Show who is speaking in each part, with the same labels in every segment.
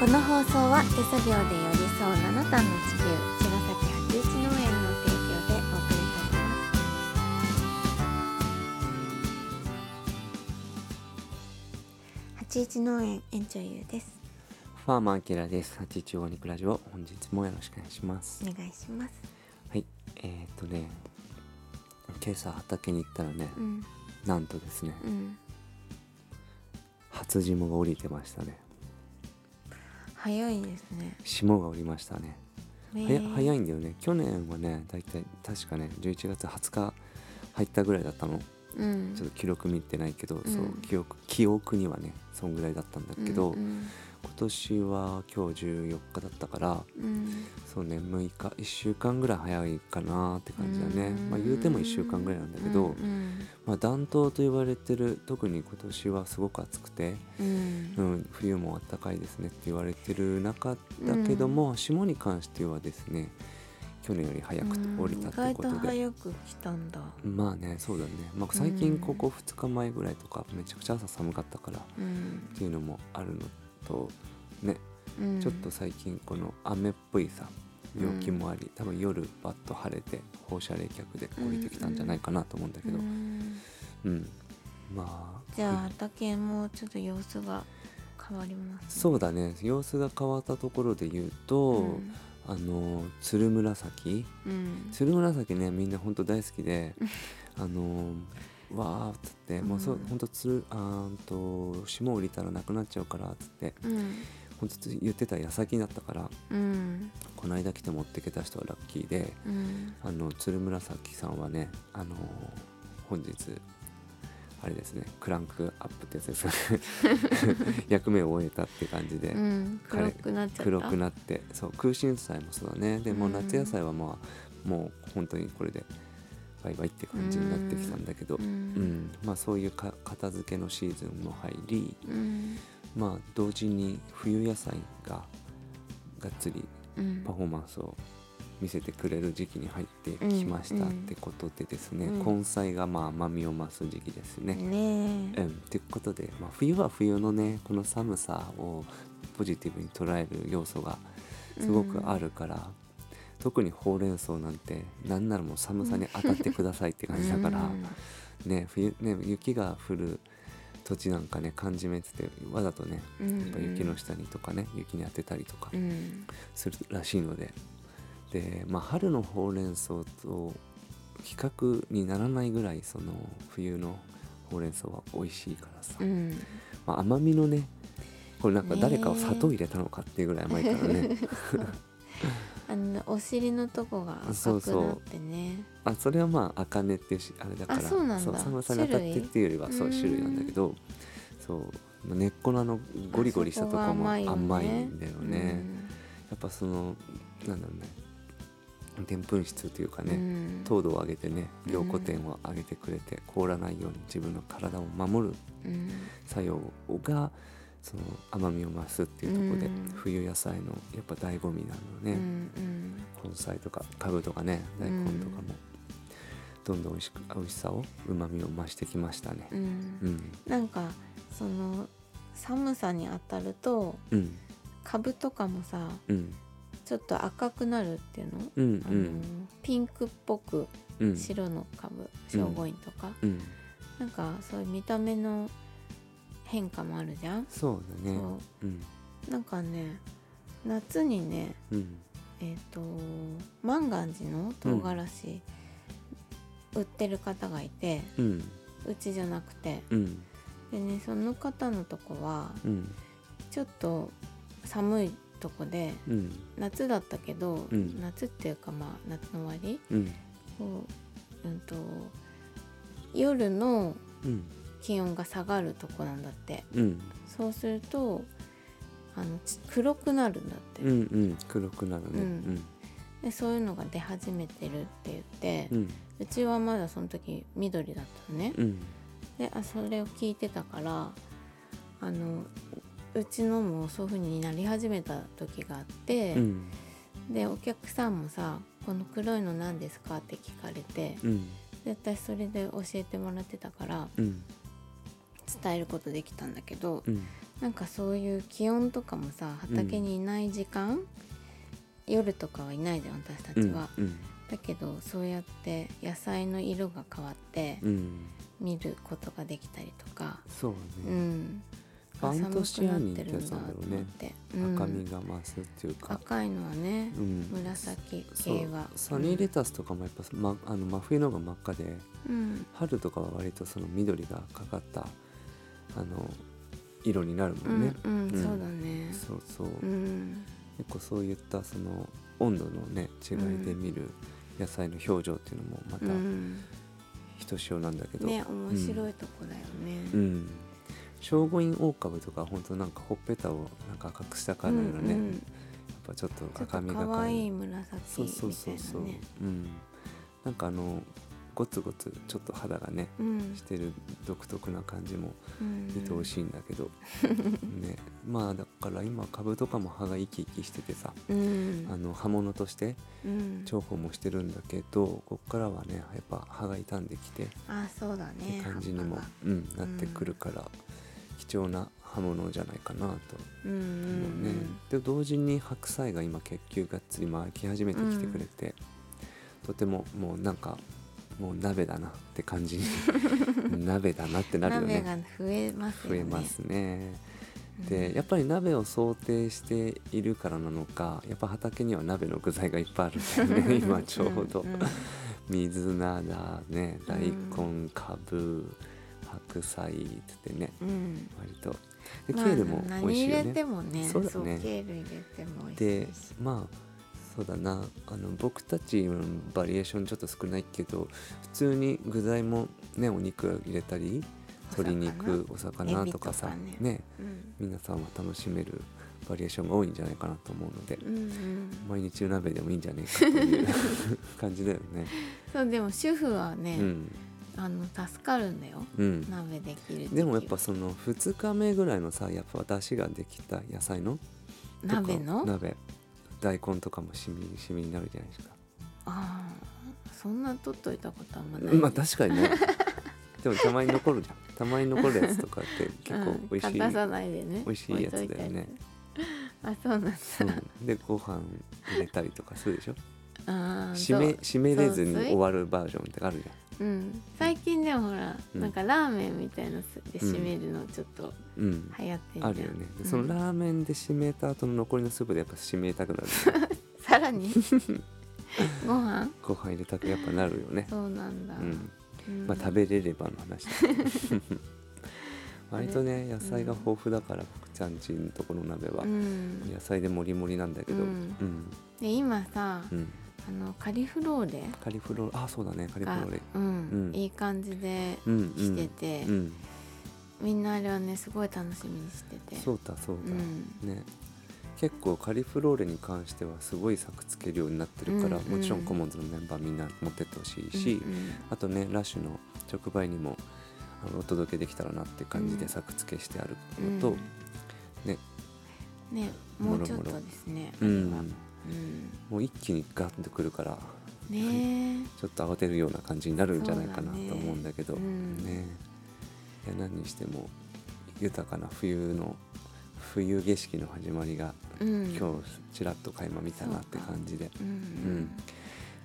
Speaker 1: この放送は手作業で寄り添う七段の地球茅ヶ崎八一農園の提供でお送りいたします八一農園園長ゆうです
Speaker 2: ファーマーアキラです。八一五肉ラジオ、本日もよろしくお願いします
Speaker 1: お。願いします
Speaker 2: はい、えー、っとね。今朝畑に行ったらね、
Speaker 1: うん
Speaker 2: なんとですね、
Speaker 1: うん
Speaker 2: 初霜が降りてましたね。
Speaker 1: 早いですね
Speaker 2: 霜が降りましたね。はや
Speaker 1: い
Speaker 2: 早いんだよね。去年はね、だいたい確かね、11月20日入ったぐらいだったの。
Speaker 1: うん
Speaker 2: ちょっと記録見てないけど、
Speaker 1: ん
Speaker 2: そう記憶記憶にはね、そんぐらいだったんだけ
Speaker 1: う
Speaker 2: ど、
Speaker 1: んうん
Speaker 2: 今年は今日14日だったから、
Speaker 1: うん
Speaker 2: そうね6日1週間ぐらい早いかなって感じだねまあ言うても1週間ぐらいなんだけど、
Speaker 1: うん
Speaker 2: まあ、暖冬と言われてる特に今年はすごく暑くて、
Speaker 1: うん
Speaker 2: う、ん、冬も暖かいですねって言われてる中だけども、霜に関してはですね去年より早く降りたという
Speaker 1: 意外と
Speaker 2: ことで。
Speaker 1: 早く来たんだ
Speaker 2: まあねそうだね、まあ、最近ここ2日前ぐらいとかめちゃくちゃ朝寒かったからっ
Speaker 1: うん、
Speaker 2: ていうのもあるのとね
Speaker 1: うん、
Speaker 2: ちょっと最近この雨っぽいさ陽気もあり、多分夜バッと晴れて放射冷却で降りてきたんじゃないかなと思うんだけど
Speaker 1: う
Speaker 2: うん、
Speaker 1: ん
Speaker 2: まあ
Speaker 1: じゃあ畑もちょっと様子が変わります
Speaker 2: そうだね様子が変わったところで言うと、
Speaker 1: うん
Speaker 2: あの鶴紫
Speaker 1: うん
Speaker 2: 鶴紫ねみんなほんと大好き であのわーっつって、もうそう
Speaker 1: うん
Speaker 2: ほんとつあーんと霜降りたらなくなっちゃうからっつって
Speaker 1: うん
Speaker 2: ほんと言ってた矢先だったから
Speaker 1: うん
Speaker 2: この間来て持ってけた人はラッキーで。
Speaker 1: うん
Speaker 2: あの鶴紫さんはね、あのー本日あれですねクランクアップってやつですかね 役目を終えたって感じで、
Speaker 1: うん黒くなっちゃった
Speaker 2: 黒くなってそう空心菜もそうだねでもう
Speaker 1: うん
Speaker 2: 夏野菜はまあもう本当にこれでバイバイって感じになってきたんだけど、
Speaker 1: う
Speaker 2: うん
Speaker 1: ん
Speaker 2: まあ、そういうか片付けのシーズンも入り、
Speaker 1: うん
Speaker 2: まあ、同時に冬野菜ががっつり
Speaker 1: うん
Speaker 2: パフォーマンスを見せてくれる時期に入ってきましたってことでですね、
Speaker 1: うんうん
Speaker 2: 根菜がまあ甘みを増す時期ですね。
Speaker 1: ね
Speaker 2: うん、っていうことで、まあ、冬は冬のねこの寒さをポジティブに捉える要素が
Speaker 1: え
Speaker 2: すごくあるから、特にほうれん草なんてなんならもう寒さに当たってくださいって感じだから、ね冬ね雪が降る土地なんかね缶詰めててわざとね
Speaker 1: うん
Speaker 2: やっぱ雪の下にとかね雪に当てたりとか
Speaker 1: う、ん
Speaker 2: するらしいのでで、まあ、春のほうれん草と比較にならないぐらいその冬のほうれん草は美味しいからさ、
Speaker 1: うん
Speaker 2: まあ、甘みのねこれなんか
Speaker 1: ねえ
Speaker 2: 誰かを砂糖入れたのかっていうぐらい甘いから ね
Speaker 1: あのお尻のとこが赤
Speaker 2: そう
Speaker 1: く
Speaker 2: そう
Speaker 1: なってね
Speaker 2: あそれはまあ茜っていうしあれだから
Speaker 1: あそうなんだ
Speaker 2: 寒さに当たってっていうよりはそう
Speaker 1: 種類
Speaker 2: 種類なんだけどそう根っこのあのゴリゴリしたとこ
Speaker 1: あそ
Speaker 2: も
Speaker 1: が
Speaker 2: 甘いんだよね。
Speaker 1: うん
Speaker 2: やっぱそのなんだろうねでんぷん質というかね、
Speaker 1: うん
Speaker 2: 糖度を上げてね
Speaker 1: うん
Speaker 2: 凝固点を上げてくれて、凍らないように自分の体を守る
Speaker 1: うん
Speaker 2: 作用がその甘みを増すっていうところで、
Speaker 1: うん
Speaker 2: 冬野菜のやっぱ醍醐味なの
Speaker 1: う
Speaker 2: ね、
Speaker 1: んうん
Speaker 2: 根菜とかかぶとかね大根とかも、どんどん美味しく美味しさをうまみを増してきましたね
Speaker 1: う。ん
Speaker 2: うん、
Speaker 1: なんかその寒さに当たると
Speaker 2: うん、
Speaker 1: 株とかもさ
Speaker 2: うん、
Speaker 1: ちょっと赤くなるっていうの,、
Speaker 2: うん、う
Speaker 1: あの
Speaker 2: ん、
Speaker 1: ピンクっぽく
Speaker 2: うん、
Speaker 1: 白の株聖護院とか、
Speaker 2: うん、
Speaker 1: なんかそういう見た目の変化もあるじゃん。
Speaker 2: そうだね。
Speaker 1: そ
Speaker 2: うん、
Speaker 1: うなんかね夏にね
Speaker 2: うん、
Speaker 1: えっ、と万願寺の唐辛子、売ってる方がいて
Speaker 2: うん、
Speaker 1: うちじゃなくて
Speaker 2: うん、
Speaker 1: でねその方のとこは
Speaker 2: うん、
Speaker 1: ちょっと寒いとこで
Speaker 2: うん、
Speaker 1: 夏だったけど、
Speaker 2: うん
Speaker 1: 夏っていうかまあ夏の終わり
Speaker 2: うん、
Speaker 1: こう、うん、と夜の
Speaker 2: うん、
Speaker 1: 気温が下がるとこなんだって
Speaker 2: うん、
Speaker 1: そうするとあのち黒くなるんだって、
Speaker 2: うん、うん、黒くなるね。
Speaker 1: う
Speaker 2: うんん、
Speaker 1: でそういうのが出始めてるって言って、
Speaker 2: う、
Speaker 1: うんちはまだその時緑だったのね、
Speaker 2: うん、
Speaker 1: であそれを聞いてたからあのうちのもそういう風になり始めた時があって、
Speaker 2: うん、
Speaker 1: でお客さんもさ「この黒いの何ですか?」って聞かれて
Speaker 2: うん、
Speaker 1: で私それで教えてもらってたから
Speaker 2: うん、
Speaker 1: 伝えることできたんだけど
Speaker 2: うん、
Speaker 1: なんかそういう気温とかもさ畑にいない時間、夜とかはいないじゃん私た
Speaker 2: う
Speaker 1: ち
Speaker 2: ん
Speaker 1: は、
Speaker 2: うん
Speaker 1: だけどそうやって野菜の色が変わって
Speaker 2: うん
Speaker 1: 見ることができたりとか、
Speaker 2: そう
Speaker 1: う
Speaker 2: ね、
Speaker 1: ん
Speaker 2: アントシアニンってや
Speaker 1: 寒
Speaker 2: つ
Speaker 1: くな
Speaker 2: なん
Speaker 1: っ
Speaker 2: だろ
Speaker 1: て
Speaker 2: う
Speaker 1: る
Speaker 2: ね
Speaker 1: んだと思
Speaker 2: 赤
Speaker 1: って、うん
Speaker 2: みが増すっていうか、
Speaker 1: 赤いのはね、
Speaker 2: うん
Speaker 1: 紫
Speaker 2: そう
Speaker 1: 系は
Speaker 2: サニーレタスとかもやっぱ、ま、あの真冬の方が真っ赤で
Speaker 1: うん
Speaker 2: 春とかは割とその緑がかかったあの色になる
Speaker 1: う
Speaker 2: もんね
Speaker 1: ん、、うん
Speaker 2: うん
Speaker 1: そうだね
Speaker 2: そうそう、
Speaker 1: うん
Speaker 2: 結構そういったその温度のね違いで見る野菜の表情っていうのもまた
Speaker 1: うん
Speaker 2: ひとしおなんだけど、
Speaker 1: ね面白いとこだよね、
Speaker 2: うん聖護院オオカブとか本当なんかほっぺたをなんか赤くしたかのようなね、
Speaker 1: うんうん
Speaker 2: やっぱちょっ
Speaker 1: ち
Speaker 2: と
Speaker 1: ょっ
Speaker 2: 赤み
Speaker 1: と
Speaker 2: が
Speaker 1: 可
Speaker 2: か
Speaker 1: 愛い
Speaker 2: い
Speaker 1: 紫
Speaker 2: そう
Speaker 1: み
Speaker 2: そう
Speaker 1: た
Speaker 2: そ
Speaker 1: いう
Speaker 2: そう、
Speaker 1: なね
Speaker 2: うん、なんかあのゴツゴツちょっと肌がね
Speaker 1: うん
Speaker 2: してる独特な感じも
Speaker 1: うん
Speaker 2: 見てほしいんだ けど、ね、まあだから今株とかも葉が生き生きしててさ
Speaker 1: うん
Speaker 2: あの葉物として
Speaker 1: うん
Speaker 2: 重宝もしてるんだけどこっからはねやっぱ葉が傷んできてっ
Speaker 1: あそうだ
Speaker 2: て
Speaker 1: ね
Speaker 2: 感じにも
Speaker 1: 葉っぱが、
Speaker 2: うん、なってくるから、貴重な葉物じゃないかなと
Speaker 1: うんうん
Speaker 2: 思うね。で同時に白菜が今結球がっつり回き始めてきてくれて、とてももうなんかもう鍋だなって感 じに鍋だなって
Speaker 1: う、
Speaker 2: なんるよ
Speaker 1: 鍋
Speaker 2: ね。
Speaker 1: が増えますよ
Speaker 2: 増
Speaker 1: ね
Speaker 2: えますね。
Speaker 1: うん
Speaker 2: でやっぱり鍋を想定しているからなのかやっぱ畑には鍋の具材がいっぱいあるんだよね今ちょうど
Speaker 1: んん
Speaker 2: 水菜だね
Speaker 1: う
Speaker 2: 大
Speaker 1: ん
Speaker 2: 根かぶ白菜つってね
Speaker 1: うん
Speaker 2: 割と でケ
Speaker 1: まあ
Speaker 2: ールも美味しいよ
Speaker 1: 何入れ
Speaker 2: ね
Speaker 1: てもね
Speaker 2: そうだね
Speaker 1: ケール入れても美
Speaker 2: で
Speaker 1: 味しいし
Speaker 2: まあそうだなあの僕たちのバリエーションちょっと少ないけど普通に具材もねお肉入れたり鶏肉お魚とかさ
Speaker 1: エビとか
Speaker 2: ね
Speaker 1: うん
Speaker 2: 皆さんは楽しめるバリエーションが多いんじゃないかなと思うので
Speaker 1: うんうん、
Speaker 2: 毎日の鍋でもいいんじゃねえかっていう 感じだよね。
Speaker 1: そうでも主婦は
Speaker 2: う
Speaker 1: ね、
Speaker 2: ん、
Speaker 1: あの助かるんだよ
Speaker 2: うん
Speaker 1: 鍋できる時期は
Speaker 2: でもやっぱその2日目ぐらいのさやっぱ出汁ができた野菜のとか
Speaker 1: 鍋の
Speaker 2: 鍋大根とかもしみしみになるじゃないですか。
Speaker 1: ああそんな取っといたことあんまない、
Speaker 2: まあ確かに ねでもたまに残るじゃんたまに残るやつとかって結構美味しい、
Speaker 1: うん、片さないでね
Speaker 2: 美味しいやつだよ
Speaker 1: 置いと
Speaker 2: ね
Speaker 1: いたやつあそうなんだ、
Speaker 2: うんでご飯入れたりとかするでしょ
Speaker 1: ああ
Speaker 2: 締め
Speaker 1: そう
Speaker 2: 締めれずに
Speaker 1: 雑炊
Speaker 2: 終わるバージョンってあるじゃ
Speaker 1: うん、最近でもほら、
Speaker 2: うん
Speaker 1: なんかラーメンみたいなので締めるのちょっと
Speaker 2: ん。うん
Speaker 1: 流行ってんじゃん
Speaker 2: あるよね、で
Speaker 1: うん
Speaker 2: そのラーメンで締めた後の残りのスープでやっぱ締めたくなる
Speaker 1: さら にご飯
Speaker 2: ご飯入れたくやっぱなるよね
Speaker 1: そうなんだ、
Speaker 2: うん、
Speaker 1: うん
Speaker 2: まあ食べれればの 話だけど割とね野菜が豊富だから、福ちゃんちのところの鍋は、
Speaker 1: うん
Speaker 2: 野菜でもりもりなんだけど、う
Speaker 1: うんんで今さ、
Speaker 2: うん
Speaker 1: あのカリフローレ
Speaker 2: カリフローレあそうだねカリフロ
Speaker 1: が
Speaker 2: ーレ
Speaker 1: うん
Speaker 2: うん
Speaker 1: いい感じで
Speaker 2: うん
Speaker 1: 来てて、
Speaker 2: うんうん、
Speaker 1: みんなあれはねすごい楽しみにしてて
Speaker 2: そうだそうだ、
Speaker 1: ん
Speaker 2: ね結構カリフローレに関してはすごい作つけるようになってるから、
Speaker 1: うんうん
Speaker 2: もちろんコモンズのメンバーみんな持ってってほしいし、
Speaker 1: うんうん
Speaker 2: あとねラッシュの直売にもあのお届けできたらなって感じで作付けしてあるのと、
Speaker 1: うん
Speaker 2: ね
Speaker 1: ねもうちょっ
Speaker 2: もろも
Speaker 1: と
Speaker 2: ろ
Speaker 1: ですね
Speaker 2: う
Speaker 1: あ
Speaker 2: ん
Speaker 1: れはうん
Speaker 2: もう一気にガッとくるから
Speaker 1: ね
Speaker 2: ちょっと慌てるような感じになるんじゃないかな
Speaker 1: そうだね
Speaker 2: と思うんだけど
Speaker 1: うん
Speaker 2: ねいや何にしても豊かな冬の冬景色の始まりが
Speaker 1: え、うん、
Speaker 2: 今日ちらっと垣間見たなって感じで、
Speaker 1: うん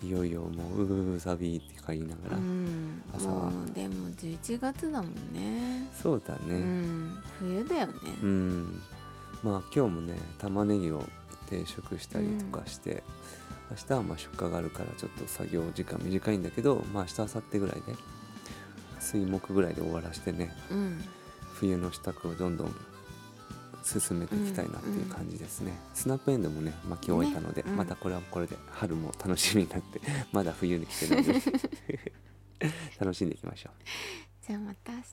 Speaker 2: いよいよもううーさびーってか言いなが
Speaker 1: う
Speaker 2: ら、
Speaker 1: ん、
Speaker 2: 朝は
Speaker 1: もうでも11月だもんね
Speaker 2: そうだ
Speaker 1: う
Speaker 2: ね
Speaker 1: ん冬だよね
Speaker 2: うん、まあ今日もね玉ねぎを定食したりとかして、明日はまあ出荷があるからちょっと作業時間短いんだけどまあ明日明後日ぐらいで水木ぐらいで終わらしてね
Speaker 1: うん
Speaker 2: 冬の支度をどんどん進めていきたいなっていう感じですね、スナップエンドウもね巻き終えたので、
Speaker 1: ねうん
Speaker 2: またこれはこれで春も楽しみになってまだ冬に来てないので 楽しんでいきましょう。
Speaker 1: じゃあまた明日